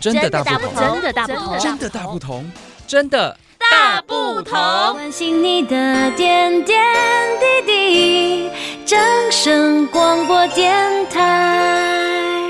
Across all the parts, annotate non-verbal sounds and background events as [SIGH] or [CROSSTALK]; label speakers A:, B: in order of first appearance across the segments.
A: 真的大
B: 大
A: 不
B: 不
A: 同，
B: 同
C: 真的大不同，
A: 真的大不同，真的
B: 大不同。
C: 关心你的点点滴滴，掌声广播电台。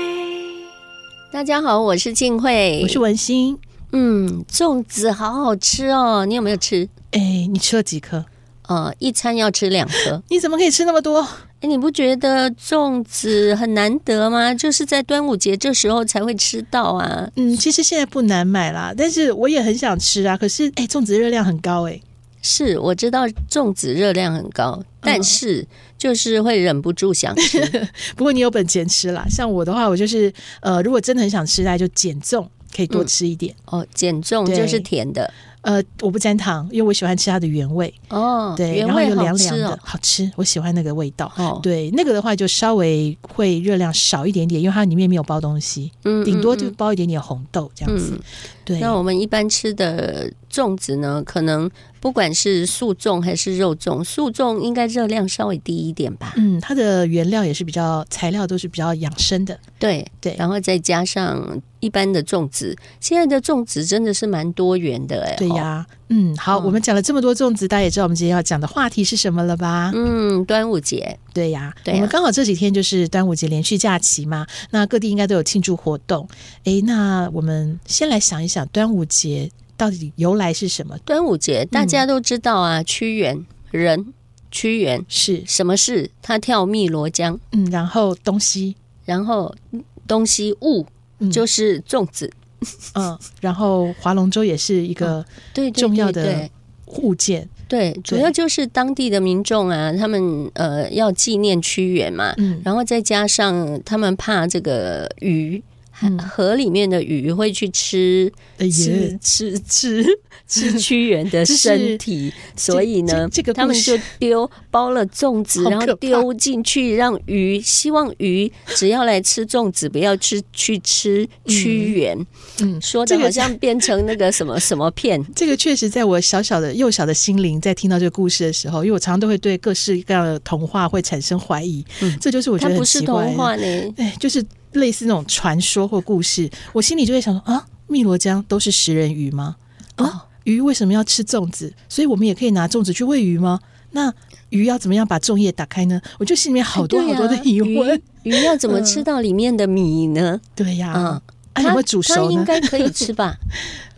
C: 大家好，我是静慧，
D: 我是文心。
C: 嗯，粽子好好吃哦，你有没有吃？
D: 哎、你吃了几颗？
C: 呃，一餐要吃两
D: [LAUGHS]
C: 颗。
D: 你怎么可以吃那么多？
C: 哎，你不觉得粽子很难得吗？就是在端午节这时候才会吃到啊。
D: 嗯，其实现在不难买啦，但是我也很想吃啊。可是，哎、粽子热量很高、哎，
C: 是我知道粽子热量很
D: 嗯
C: 高，但是就是会忍不住想
D: [LAUGHS]
C: 吃。
D: 不过你有本钱吃啦。像我的话，我就是呃，如果真的很想吃，那就减重，可以多吃一点。
C: 哦，减重就是
D: 对
C: 甜的
D: 呃，我不沾糖，因为我喜欢吃它的原味，
C: 哦，
D: 对，
C: 原
D: 然后
C: 味
D: 又
C: 好
D: 凉凉
C: 吃
D: 的，
C: 哦。
D: 好吃，我喜欢那个味道。
C: 哦，
D: 对，那个的话就稍微会热量少一点点，因为它里面没有包东西，
C: 嗯
D: 顶多就
C: 嗯
D: 包一点点红豆这
C: 嗯
D: 样子。
C: 嗯
D: 对，
C: 那我们一般吃的粽子呢，可能不管是素粽还是肉粽，素粽应该热量稍微低一点吧？
D: 嗯，它的原料也是比较材料都是比较养生的，
C: 对，
D: 对，
C: 然后再加上一般的粽子，现在的粽子真的是蛮多元的哎、
D: 对
C: 哦
D: 呀，嗯，好，
C: 嗯
D: 我们讲了这么多粽子，大家也知道我们今天要讲的话题是什么了吧？
C: 嗯，端午节，
D: 对呀，
C: 对呀
D: 我们刚好这几天就是端午节连续假期嘛，那各地应该都有庆祝活动。诶，那我们先来想一想端午节到底由来是什么？
C: 端午节大家都知道啊，屈原人，屈原
D: 是，
C: 什么事？他跳汨罗江，
D: 嗯，然后东西，
C: 然后东西物
D: 嗯，
C: 就是粽子，
D: 嗯，然后划龙舟也是一个
C: 哦对对对
D: 重要
C: 对
D: 的物件，
C: 对，主要就是当地的民众啊，他们呃要纪念屈原嘛，
D: 嗯，
C: 然后再加上他们怕这个鱼。
D: 嗯
C: 河里面的鱼会去吃
D: 哎
C: 吃
D: 呀，
C: 吃吃 [LAUGHS] 吃屈原的
D: 这是
C: 身
D: [LAUGHS]
C: 体，所以呢，
D: 这这这个
C: 他们
D: 故
C: 就
D: 事
C: 丢包了粽子，
D: 好
C: 然后
D: 可怕
C: 丢进去让鱼，希望鱼只要来吃粽子，不要吃去吃屈原。
D: 嗯，
C: 说
D: 这
C: 的
D: 个
C: 好像变成那个什么什么片，
D: 这个确实，在 [LAUGHS] 我小小的幼小的心灵在听到这个故事的时候，因为我常常都会对各式各样的童话会产生怀疑，
C: 嗯
D: 这就是我觉
C: 它
D: 得
C: 不
D: 很
C: 是
D: 奇怪
C: 童
D: 的
C: 话，呢。
D: 哎，就是类似那种传说或故事，我心里就会想说啊，汨罗江都是食人鱼吗？啊，
C: 哦
D: 鱼为什么要吃粽子？所以我们也可以拿粽子去喂鱼吗？那鱼要怎么样把粽叶打开呢？我就心里面好多
C: 对
D: 好
C: 呀
D: 多的疑问。
C: 鱼要怎么吃到里面的米呢？
D: 对呀、
C: 嗯
D: 嗯啊，有没有煮
C: 它
D: 熟
C: 应
D: 呢？
C: 该可以吃吧？ [LAUGHS]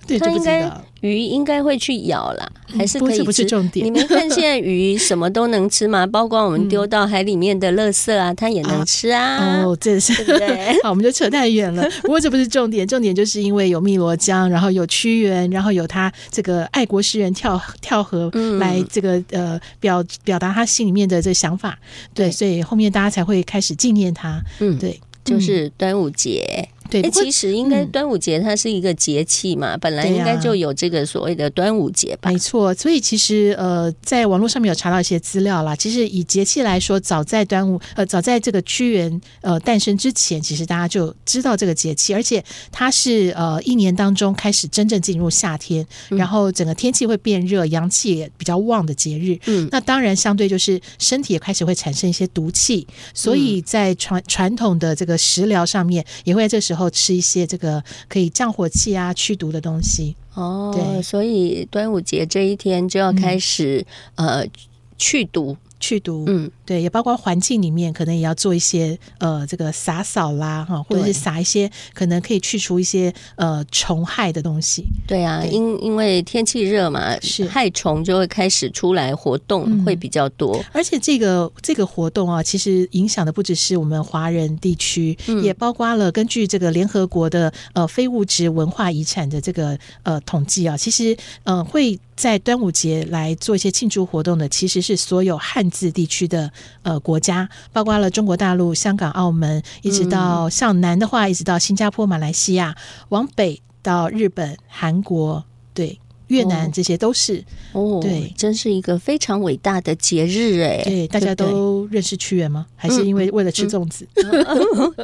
D: 对，
C: 它
D: 就不
C: 应
D: 知
C: 该
D: 道。
C: 鱼应该会去咬啦，还是
D: 嗯不
C: 可以
D: 这
C: 吃？
D: 不是重点
C: 你没看现在鱼什么都能吃
D: [LAUGHS]
C: 吗？包括我们丢到海里面的垃圾啊，它也能吃啊。
D: 嗯哦，这是
C: 对不
D: [LAUGHS]
C: 对
D: 好，我们就扯太
C: [LAUGHS]
D: 远了。不过这不是重点，重点就是因为有汨罗江，然后有屈原，然后有他这个爱国诗人跳跳河
C: 嗯
D: 来这个、呃表表达他心里面的这个想法，对，
C: 对
D: 所以后面大家才会开始纪念他，
C: 嗯，
D: 对，
C: 就是端午节。
D: 对。
C: 哎，
D: 不过
C: 其实应该
D: 嗯
C: 端午节它是一个节气嘛，本来
D: 对呀啊
C: 应该就有这个所谓的端午节吧
D: 没？错，所以其实呃，在网络上面有查到一些资料啦。其实以节气来说，早在端午呃，早在这个屈原呃诞生之前，其实大家就知道这个节气，而且它是呃一年当中开始真正进入夏天，
C: 嗯
D: 然后整个天气会变热，阳气也比较旺的节日。
C: 嗯
D: 那当然，相对就是身体也开始会产生一些毒气，所
C: 嗯
D: 以在传传统的这个食疗上面，也会在这时候吃一些这个可以降火气啊、驱毒的东西。
C: 哦，
D: 对嗯
C: 所以端午节这一天就要开始、呃去毒，
D: 去毒，
C: 嗯，
D: 对，也包括环境里面可能也要做一些呃这个洒扫啦哈，或者
C: 对
D: 是撒一些可能可以去除一些呃虫害的东西。
C: 对啊，
D: 对
C: 因因为天气热嘛，
D: 是
C: 害虫就会开始出来活动，
D: 嗯
C: 会比较多。
D: 而且这个这个活动啊，其实影响的不只是我们华人地区，
C: 嗯
D: 也包括了根据这个联合国的呃非物质文化遗产的这个呃统计啊，其实呃会在端午节来做一些庆祝活动的，其实是所有汉字地区的呃国家，包括了中国大陆、香港、澳门，一
C: 嗯
D: 直到向南的话，一直到新加坡、马来西亚，往北到日本、韩国，对。越
C: 哦
D: 南这些都是、
C: 哦，
D: 对
C: 真是一个非常伟大的节日哎。
D: 对，大家
C: 对不嗯对
D: 都认识屈原吗？还是因为为了吃粽子？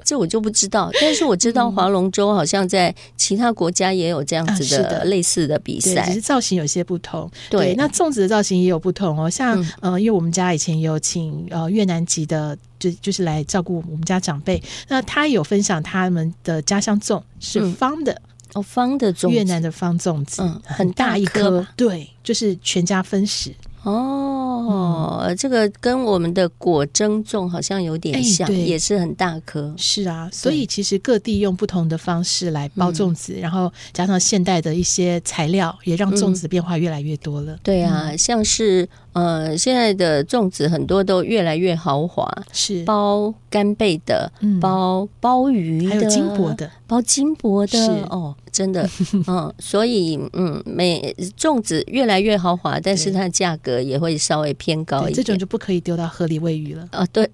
C: 这我就不知道，但是我知
D: 嗯
C: 道划龙舟好像在其他国家也有这样子
D: 啊是
C: 的
D: 的
C: 类似的比
D: 对，只
C: 赛
D: 是。造型有些不同。
C: 对
D: 那粽子的造型也有不同哦。像、
C: 嗯
D: 呃，因为我们家以前有请呃越南籍的，就就是来照顾我们家长辈，那他有分享他们的家乡粽是
C: 嗯
D: 方的。
C: 哦，方的粽子，
D: 越南的方粽子，
C: 嗯
D: 很大一
C: 很大颗
D: 颗
C: 吧，
D: 对，就是全家分食。
C: 哦、这个跟我们的果蒸粽好像有
D: 嗯哎
C: 点像，
D: 对
C: 也是很大颗。
D: 是啊，所以其实各地用不同的方式来
C: 嗯
D: 包粽子，然后加上现代的一些材料，也让
C: 嗯
D: 粽子变化越来越多了。
C: 对啊，像是呃，现在的粽子很多都越来越豪华，
D: 是，
C: 包干贝的，
D: 嗯
C: 包鲍鱼的，
D: 还有金箔，的，
C: 包金箔的
D: 是
C: 哦，真的， [LAUGHS] 嗯，所以嗯，每粽子越来越豪华，但是
D: 对
C: 它价格也会稍微偏高
D: 对，
C: 一
D: 这种
C: 点。
D: 就不可以丢到河里喂鱼了
C: [LAUGHS] ，啊、对，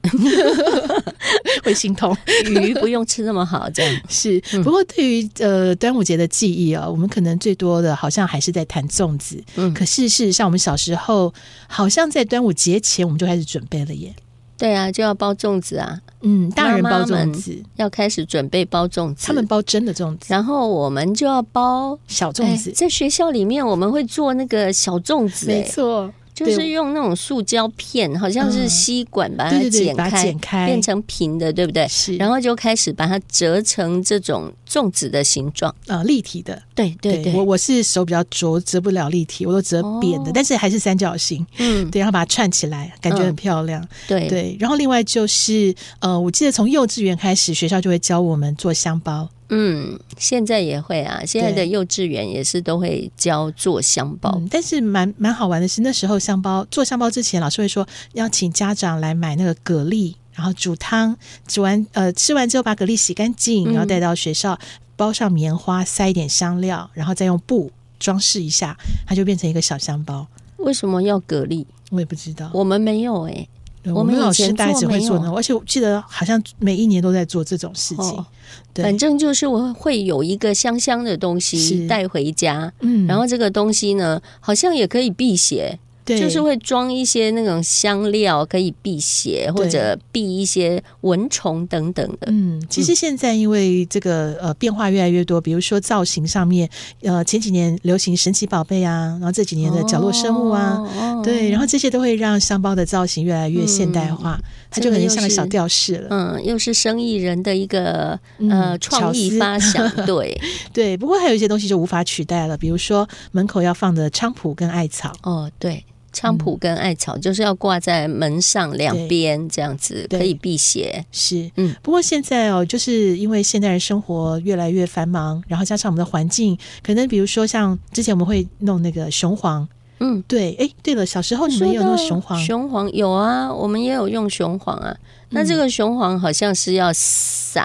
D: 会心痛。
C: 鱼不用吃那么好，这样
D: [LAUGHS] 是，不过对于呃端午节的记忆啊，我们可能最多的好像还是在谈粽子。
C: 嗯
D: 可是事实上，我们小时候好像在端午节前我们就开始准备了耶。
C: 对啊，就要包粽子啊，
D: 嗯，大人包
C: 妈妈
D: 粽
C: 们
D: 子，
C: 要开始准备包粽子。
D: 他们包真的粽子，
C: 然后我们就要包
D: 小粽
C: 哎
D: 子，
C: 在学校里面我们会做那个小粽子、
D: 没
C: 哎
D: 错，
C: 就是
D: 对
C: 用那种塑胶片，好像是
D: 嗯
C: 吸管把它
D: 对对对，
C: 剪
D: 把它
C: 开，
D: 剪开
C: 变成平的，对不对？
D: 是，
C: 哎然
D: 后
C: 后就开始把它折成这种粽子的形状。
D: 呃立体的。
C: 对对对，
D: 我我是手比较拙，折不了立体，我都折扁的，
C: 哦
D: 但是还是三角形。
C: 嗯，
D: 对，然后把它串起来，感觉
C: 嗯
D: 很漂亮。
C: 对
D: 对，然后另外就是，呃，我记得从幼稚园开始，学校就会教我们做香包，
C: 嗯，现在也会啊，现在的幼稚园也是都会教做香包。
D: 嗯，但是蛮蛮好玩的是，那时候香包做香包之前，老师会说要请家长来买那个蛤蜊，然后煮汤，煮完呃吃完之后把蛤蜊洗干净，
C: 嗯
D: 然后带到学校包上棉花，塞一点香料，然后再用布装饰一下，它就变成一个小香包。
C: 为什么要蛤蜊？
D: 我也不知道，
C: 我们没有哎、
D: 对
C: 我
D: 我
C: 们
D: 们
C: 以
D: 老师
C: 前
D: 大概
C: 做
D: 只会
C: 没
D: 做
C: 有
D: 那个，而且我记得好像每一年都在做这种事情。
C: 哦
D: 对，
C: 反正就是我会有一个香香的东西
D: 是
C: 带回家，
D: 嗯
C: 然后这个东西呢，好像也可以辟邪，
D: 对，
C: 就是会装一些那种香料可以辟邪，或者避一些蚊虫等等的。
D: 嗯，其实现在因为这个呃变化越来越多，比如说造型上面，呃前几年流行神奇宝贝啊，然后这几年的角落生物啊，
C: 哦，
D: 对，然后这些都会让香包的造型越来越现代化，
C: 嗯
D: 它
C: 这
D: 就
C: 个
D: 很
C: 又
D: 像个小
C: 是
D: 吊饰了。
C: 嗯，又是生意人的一个
D: 嗯
C: 呃
D: 巧
C: 创意
D: 思
C: 发想，
D: [LAUGHS]
C: 对，
D: 对，不过还有一些东西就无法取代了，比如说门口要放的菖蒲跟艾草。
C: 哦，对。
D: 嗯
C: 菖蒲跟艾草就是要挂在门上两边，这样子
D: 对
C: 可以辟邪。
D: 是，
C: 嗯，
D: 不过现在哦，就是因为现代人生活越来越繁忙，然后加上我们的环境，可能比如说像之前我们会弄那个雄黄，
C: 嗯，
D: 对，哎，对了，小时候你们也有那个雄黄，
C: 雄黄有啊，我们也有用雄黄啊。那
D: 嗯
C: 这个雄黄好像是要撒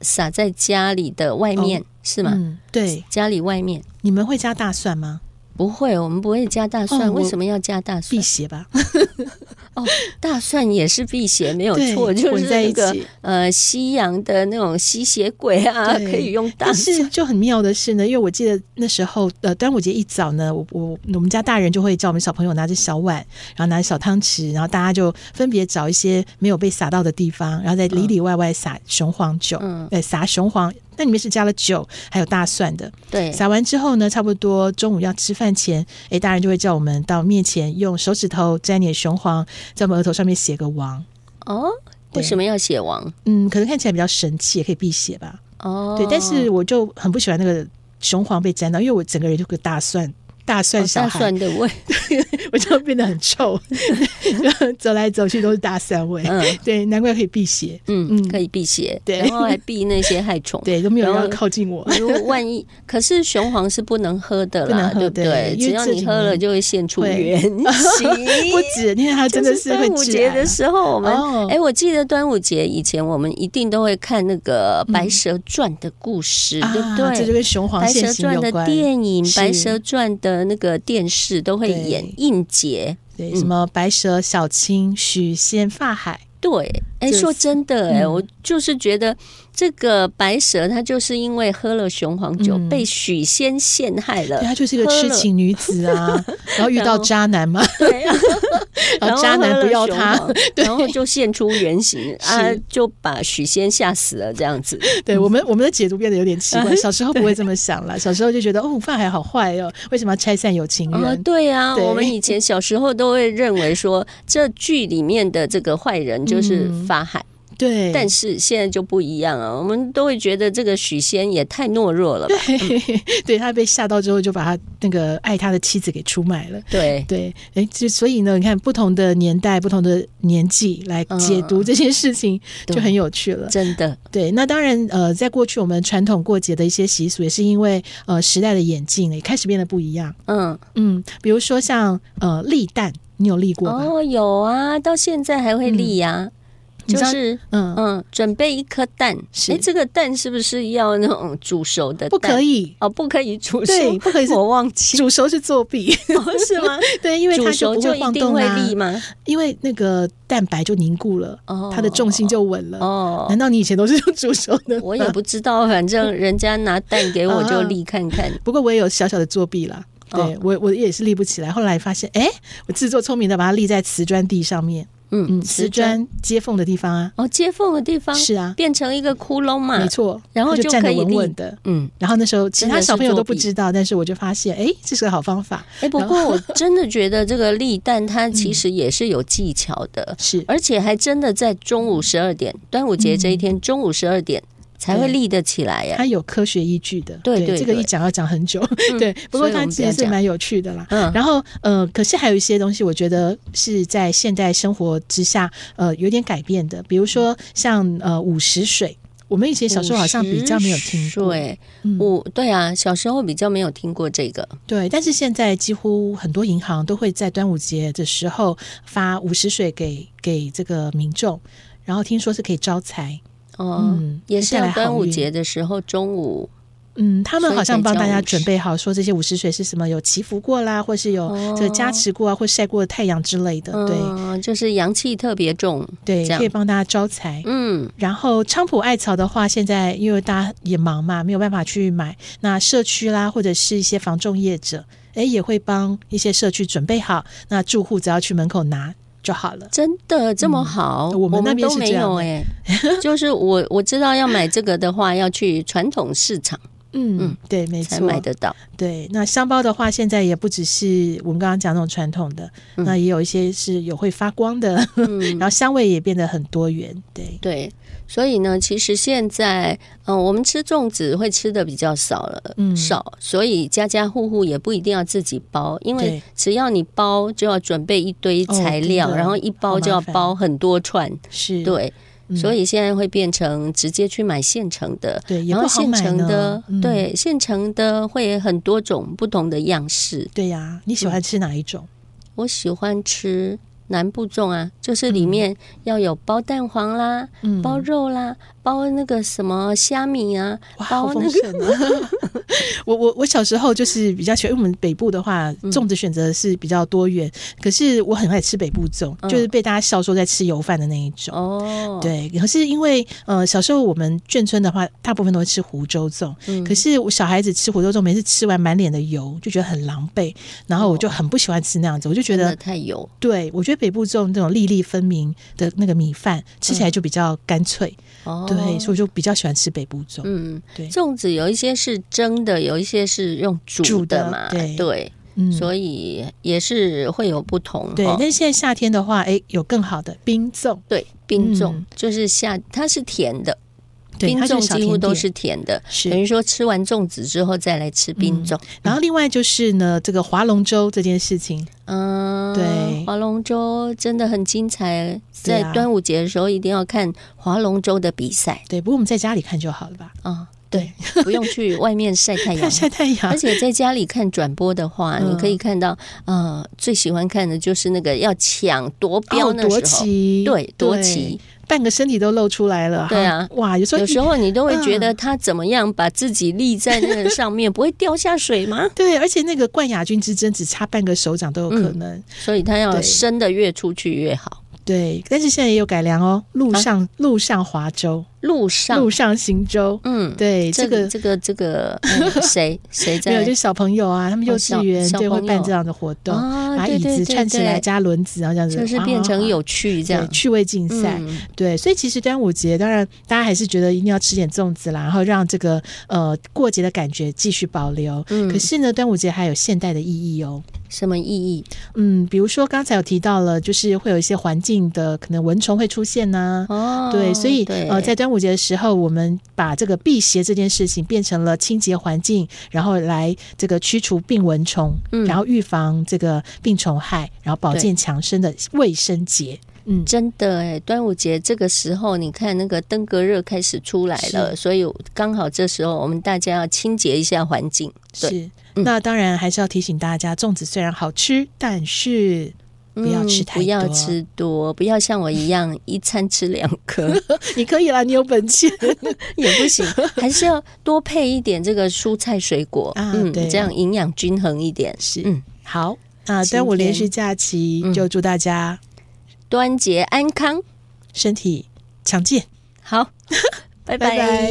C: 撒在家里的外面、是吗？
D: 嗯，对，
C: 家里外面
D: 你们会加大蒜吗？
C: 不会，我们不会加大蒜。
D: 哦我
C: 为什么要加大
D: 辟
C: 蒜？
D: 邪吧，
C: 大蒜也是辟邪，没有
D: 对
C: 错，就
D: 混
C: 是
D: 在
C: 那
D: 一
C: 个
D: 起。
C: 呃西洋的那种吸血鬼啊，
D: 对
C: 可以用大
D: 但
C: 蒜。
D: 是就很妙的是呢，因为我记得那时候呃端午节一早呢，我我我们家大人就会叫我们小朋友拿着小碗，然后拿着小汤匙，然后大家就分别找一些没有被撒到的地方，然后在里里外外撒雄黄酒，
C: 嗯，
D: 对，撒雄黄，那里面是加了酒还有大蒜的。
C: 对，
D: 撒完之后呢，差不多中午要吃饭前，诶，大人就会叫我们到面前用手指头沾点雄黄，在我们额头上面写个王。
C: 哦，为
D: 对
C: 什么要写王？
D: 嗯，可能看起来比较神气，也可以避邪吧。
C: 哦，
D: 对，但是我就很不喜欢那个雄黄被沾到，因为我整个人就个大蒜。大蒜
C: 哦
D: 小
C: 大
D: 孩，
C: 蒜的味，
D: [LAUGHS] 我就变得很臭， [LAUGHS] 走来走去都是大蒜味。
C: 嗯
D: 对，难怪可以避邪。
C: 嗯，可以辟邪，
D: 对
C: 然后还避那些害虫。
D: 对，都没有人
C: 然
D: 要
C: 后
D: 靠近我。
C: 如果万一，可是雄黄是不能喝的
D: 不能
C: 啦，
D: 喝
C: 对不
D: 对
C: 对？
D: 因为
C: 只要
D: 这
C: 你
D: 几
C: 喝
D: 年
C: 了，就会现出
D: 会
C: 原形。
D: [LAUGHS] 不止，因
C: [LAUGHS]
D: 为它真的
C: 就是
D: 会
C: 端午
D: 致
C: 节
D: 癌
C: 的
D: 啊
C: 时候，我们
D: 哦
C: 哎、我记得端午节以前，我们一定都会看那个《白蛇传》的故事，对不
D: 嗯啊这就
C: 对？
D: 跟雄黄
C: 白
D: 现
C: 蛇
D: 行
C: 传
D: 有》
C: 的
D: 关。
C: 电影、
D: 是
C: 白蛇传的那个电视都会
D: 对
C: 演应节，
D: 对，
C: 嗯
D: 什么白蛇、小青、许仙、
C: [LAUGHS]
D: 法海，
C: 对，哎，
D: 就是
C: 说真的，哎、
D: 嗯
C: 我就是觉得这个白蛇，她就是因为喝了雄黄酒，
D: 嗯啊
C: 被许仙陷害了
D: 对，，她就是一个
C: 喝
D: 痴
C: 了
D: 情女子
C: [LAUGHS]
D: 啊，然后遇到
C: 然后
D: 渣男嘛，
C: 对啊，
D: 然后渣男不要她
C: 喝了雄黄，然后就现出原形
D: 是
C: 啊，就把许仙吓死了，这样子。
D: [LAUGHS] 对我们我们的解读变得有点奇
C: [LAUGHS]
D: 怪，小时候不会这么想啦，小时候就觉得哦，法海好坏哦，为什么要拆散有情
C: 啊，
D: 人？
C: 对啊，
D: 对
C: 我们以前小时候都会认为说，这剧里面的这个坏人就是法海，
D: 嗯对，
C: 但是现在就不一样了，我们都会觉得这个许仙也太懦弱了吧？
D: [LAUGHS] 对他被吓到之后，就把他那个爱他的妻子给出卖了。
C: 对，
D: 对，哎，就所以呢，你看不同的年代、不同的年纪来解读这件事情，
C: 嗯对
D: 就很有趣了。
C: 真的，
D: 对，那当然，呃，在过去我们传统过节的一些习俗，也是因为呃时代的演进，也开始变得不一样。
C: 嗯，
D: 嗯，比如说像呃立蛋，你有立过吗？
C: 哦，有啊，到现在还会立呀、
D: 嗯你
C: 就
D: 知道
C: 是。
D: 嗯，
C: 嗯，准备一颗蛋。
D: 是
C: 哎，这个蛋是不是要那种煮熟的蛋？
D: 不可以，
C: 哦，不可以煮熟，
D: 对，不可以是
C: 我忘记
D: 煮熟是作弊， [LAUGHS]
C: 了，是吗？
D: 对，因为
C: 煮
D: 它就
C: 熟
D: 不
C: 就
D: 会
C: 一
D: 晃
C: 定
D: 动
C: 会
D: 啊，
C: 立吗？
D: 因为那个蛋白就凝固了，
C: 哦，
D: 它的重心就稳了。
C: 哦
D: 难，道你以前都是用 [LAUGHS] 煮熟的吗？
C: 我也不知道，反正人家拿蛋给我就立看
D: [LAUGHS]
C: 看。
D: 不过我也有小小的作弊啦。对、
C: 哦
D: 我，我也是立不起来。后来发现，哎，我自作聪明的把它立在瓷砖地上面，
C: 嗯
D: 嗯，瓷砖接缝的地方啊，
C: 哦，接缝的地方
D: 是啊，
C: 变成一个窟窿嘛
D: 没。错，
C: 然后
D: 它
C: 就
D: 就站
C: 可
D: 得
C: 以
D: 稳
C: 立
D: 稳的。 [LAUGHS]
C: 嗯，
D: 然后那时候其
C: 真
D: 他
C: 的是
D: 小朋友都不
C: 作弊
D: 知道，但是我就发现，哎，这是个好方法，
C: 哎，不过我真的觉得这个立蛋它其
D: 嗯
C: 实也是有技巧的，
D: 是
C: 而且还真的在中午十二点，端午节这一天中午十二点才会
D: 对
C: 立得起来
D: 它
C: 呀。
D: 有科学依据的。
C: 对对
D: 这个
C: 对嗯
D: 一讲要讲很久，对。不
C: 所
D: 过
C: 以我
D: 它
C: 们不
D: 其
C: 要
D: 实是
C: 讲
D: 蛮有趣的啦。
C: 嗯，
D: 然后，呃，可是还有一些东西，我觉得是在现代生活之下，呃，有点改变的。比如说像呃午时水，我们以前小时候好像比较没有听过，
C: 对，
D: 嗯
C: 我对啊，小时候比较没有听过这个。
D: 对。但是现在几乎很多银行都会在端午节的时候发午时水给给这个民众，然后听说是可以招财，
C: 哦，
D: 嗯，
C: 也是
D: 带来
C: 要
D: 好
C: 端午
D: 运
C: 节的时候中午
D: 嗯，他们
C: 所以
D: 好像
C: 才
D: 帮
C: 叫
D: 大家
C: 午
D: 准
C: 时
D: 备好，说这些午时水是什么，有祈福过啦，或是有这个加
C: 哦
D: 持过啊，或晒过太阳之类的，
C: 嗯，就是阳气特别重。
D: 对
C: 这
D: 对，可以
C: 样
D: 帮大家招财。
C: 嗯，
D: 然后菖蒲艾草的话，现在因为大家也忙嘛，没有办法去买，那社区啦或者是一些房仲业者，哎，也会帮一些社区准备好，那住户只要去门口拿就好了。
C: 真的这么好？
D: 嗯我们那边
C: 都
D: 是
C: 没
D: 这样
C: 有哎、 [LAUGHS] 就是我我知道要买这个的话，要去传统市场
D: 嗯
C: 嗯
D: 对，没
C: 才
D: 错，
C: 买得
D: [LAUGHS]
C: 到。
D: 对，那香包的话，现在也不只是我们刚刚讲那种传统的，
C: 嗯
D: 那也有一些是有会发光的， [LAUGHS] 然后香味也变得很多元。对，
C: 对，所以呢，其实现在嗯、呃我们吃粽子会吃的比较少了，
D: 嗯
C: 少，所以家家户户也不一定要自己包，因为
D: 对
C: 只要你包就要准备一堆
D: 哦
C: 材
D: 真
C: 料，
D: 的
C: 然后一包
D: 好
C: 就
D: 麻
C: 要
D: 烦
C: 包很多串，
D: 是，
C: 对，
D: 嗯
C: 所以现在会变成直接去买现成的，
D: 对也
C: 然
D: 不
C: 后
D: 好
C: 现
D: 买
C: 成
D: 呢
C: 的，
D: 嗯
C: 对，现成的会很多种不同的样式。
D: 对呀、你喜欢吃哪一种？
C: 我喜欢吃南部粽啊，就是里面要有包蛋黄啦、
D: 嗯
C: 包肉啦、包那个什么虾米啊，
D: 哇，
C: 包那
D: 好丰
C: 个
D: 盛啊！哦 [LAUGHS] 我我我小时候就是比较喜欢，因为我们北部的话，
C: 嗯
D: 粽子选择是比较多元，可是我很爱吃北部粽，
C: 嗯
D: 就是被大家笑说在吃油饭的那一种。
C: 哦，，
D: 对，可是因为呃，小时候我们眷村的话，大部分都会吃湖州粽。
C: 嗯
D: 可是我小孩子吃湖州粽，每次吃完满脸的油，就觉得很狼狈。然后我就很不喜欢吃那样子，我就觉
C: 哦真
D: 得，
C: 的太油，
D: 对我觉得北部粽这种粒粒分明的那个米饭，吃起来就比较干脆。
C: 嗯哦，
D: 对，所以我就比较喜欢吃北部粽。
C: 嗯，
D: 对
C: 粽子有一些是蒸的，有一些是用
D: 煮
C: 煮
D: 的
C: 的嘛，
D: 对
C: 对，
D: 嗯
C: 所以也是会有不同，
D: 对
C: 哈，
D: 但是现在夏天的话，哎，有更好的冰粽，
C: 对，冰粽、
D: 嗯
C: 就是下它是甜的，
D: 对，
C: 冰
D: 它就
C: 粽
D: 是小
C: 几乎
D: 甜
C: 都
D: 点
C: 是甜的，等
D: 是。
C: 于说吃完粽子之后再来吃
D: 嗯
C: 冰粽。
D: 然后另外就是呢，这个划龙舟这件事情，
C: 嗯，
D: 对
C: 划龙舟真的很精彩，
D: 对
C: 在
D: 啊
C: 端午节的时候一定要看划龙舟的比赛
D: 对，不过我们在家里看就好了吧，
C: 啊、对， [LAUGHS] 不用去外面晒太阳
D: 看。 [LAUGHS] 晒太阳
C: 而。且在家里看转播的话，
D: 嗯
C: 你可以看到，呃，最喜欢看的就是那个要抢夺标
D: 哦，
C: 那
D: 夺
C: 时候，
D: 旗，
C: 对，夺旗，，
D: 半个身体都露出来了。
C: 对啊
D: 哈哇，有时候
C: 有时候你都会觉得
D: 嗯
C: 他怎么样把自己立在那个上面，
D: [LAUGHS]
C: 不会掉下水吗？
D: 对，而且那个冠亚军之争只差半个手掌都有
C: 嗯
D: 可能。
C: 所以他要
D: 对
C: 伸的越出去越好。
D: 对，但是现在也有改良哦，路上、路上划舟，
C: 路啊上，
D: 路上行舟。
C: 嗯，
D: 对，这个
C: 这个这 [LAUGHS] 个嗯谁谁
D: 没有，
C: 在
D: 就小朋友啊，他们幼
C: 哦
D: 稚
C: 小
D: 园
C: 小
D: 就会
C: 朋
D: 办
C: 友
D: 这样的活动，
C: 啊
D: 把
C: 对
D: 椅
C: 对
D: 子
C: 对
D: 串起来
C: 对
D: 加轮子，然后这样子
C: 就是
D: 啊
C: 变成
D: 啊
C: 有趣这样
D: 对。趣味竞赛。
C: 嗯
D: 对，所以其实端午节当然大家还是觉得一定要吃点粽子啦，然后让这个呃过节的感觉继续保留。
C: 嗯
D: 可是呢，端午节还有现代的意义哦。
C: 什么意义？
D: 嗯，比如说刚才有提到了，就是会有一些环境的可能蚊虫会出现啊呐、
C: 哦，
D: 对，所以
C: 对
D: 呃，在端午节的时候，我们把这个辟邪这件事情变成了清洁环境，然后来这个驱除病蚊虫，
C: 嗯
D: 然后预防这个病虫害，然后保
C: 对
D: 健强身的卫生节。嗯，
C: 真的哎，端午节这个时候，你看那个登革热开始出来了，所以刚好这时候我们大家要清洁一下环境。对
D: 是。
C: 嗯
D: 那当然还是要提醒大家，粽子虽然好吃，但是不要吃太
C: 嗯
D: 多
C: 不要吃多，不要像我一样一餐吃两颗
D: 你可以啦，你有本钱。
C: [LAUGHS] 也不
D: [LAUGHS]
C: 行，还是要多配一点这个蔬菜水果，
D: 啊
C: 嗯，
D: 对
C: 这样营养均衡一点。
D: 是
C: 嗯，
D: 好。那
C: 今天
D: 端午连续假期
C: 嗯
D: 就祝大家
C: 端节安康，
D: 身体强健。
C: 好， [LAUGHS]
D: 拜拜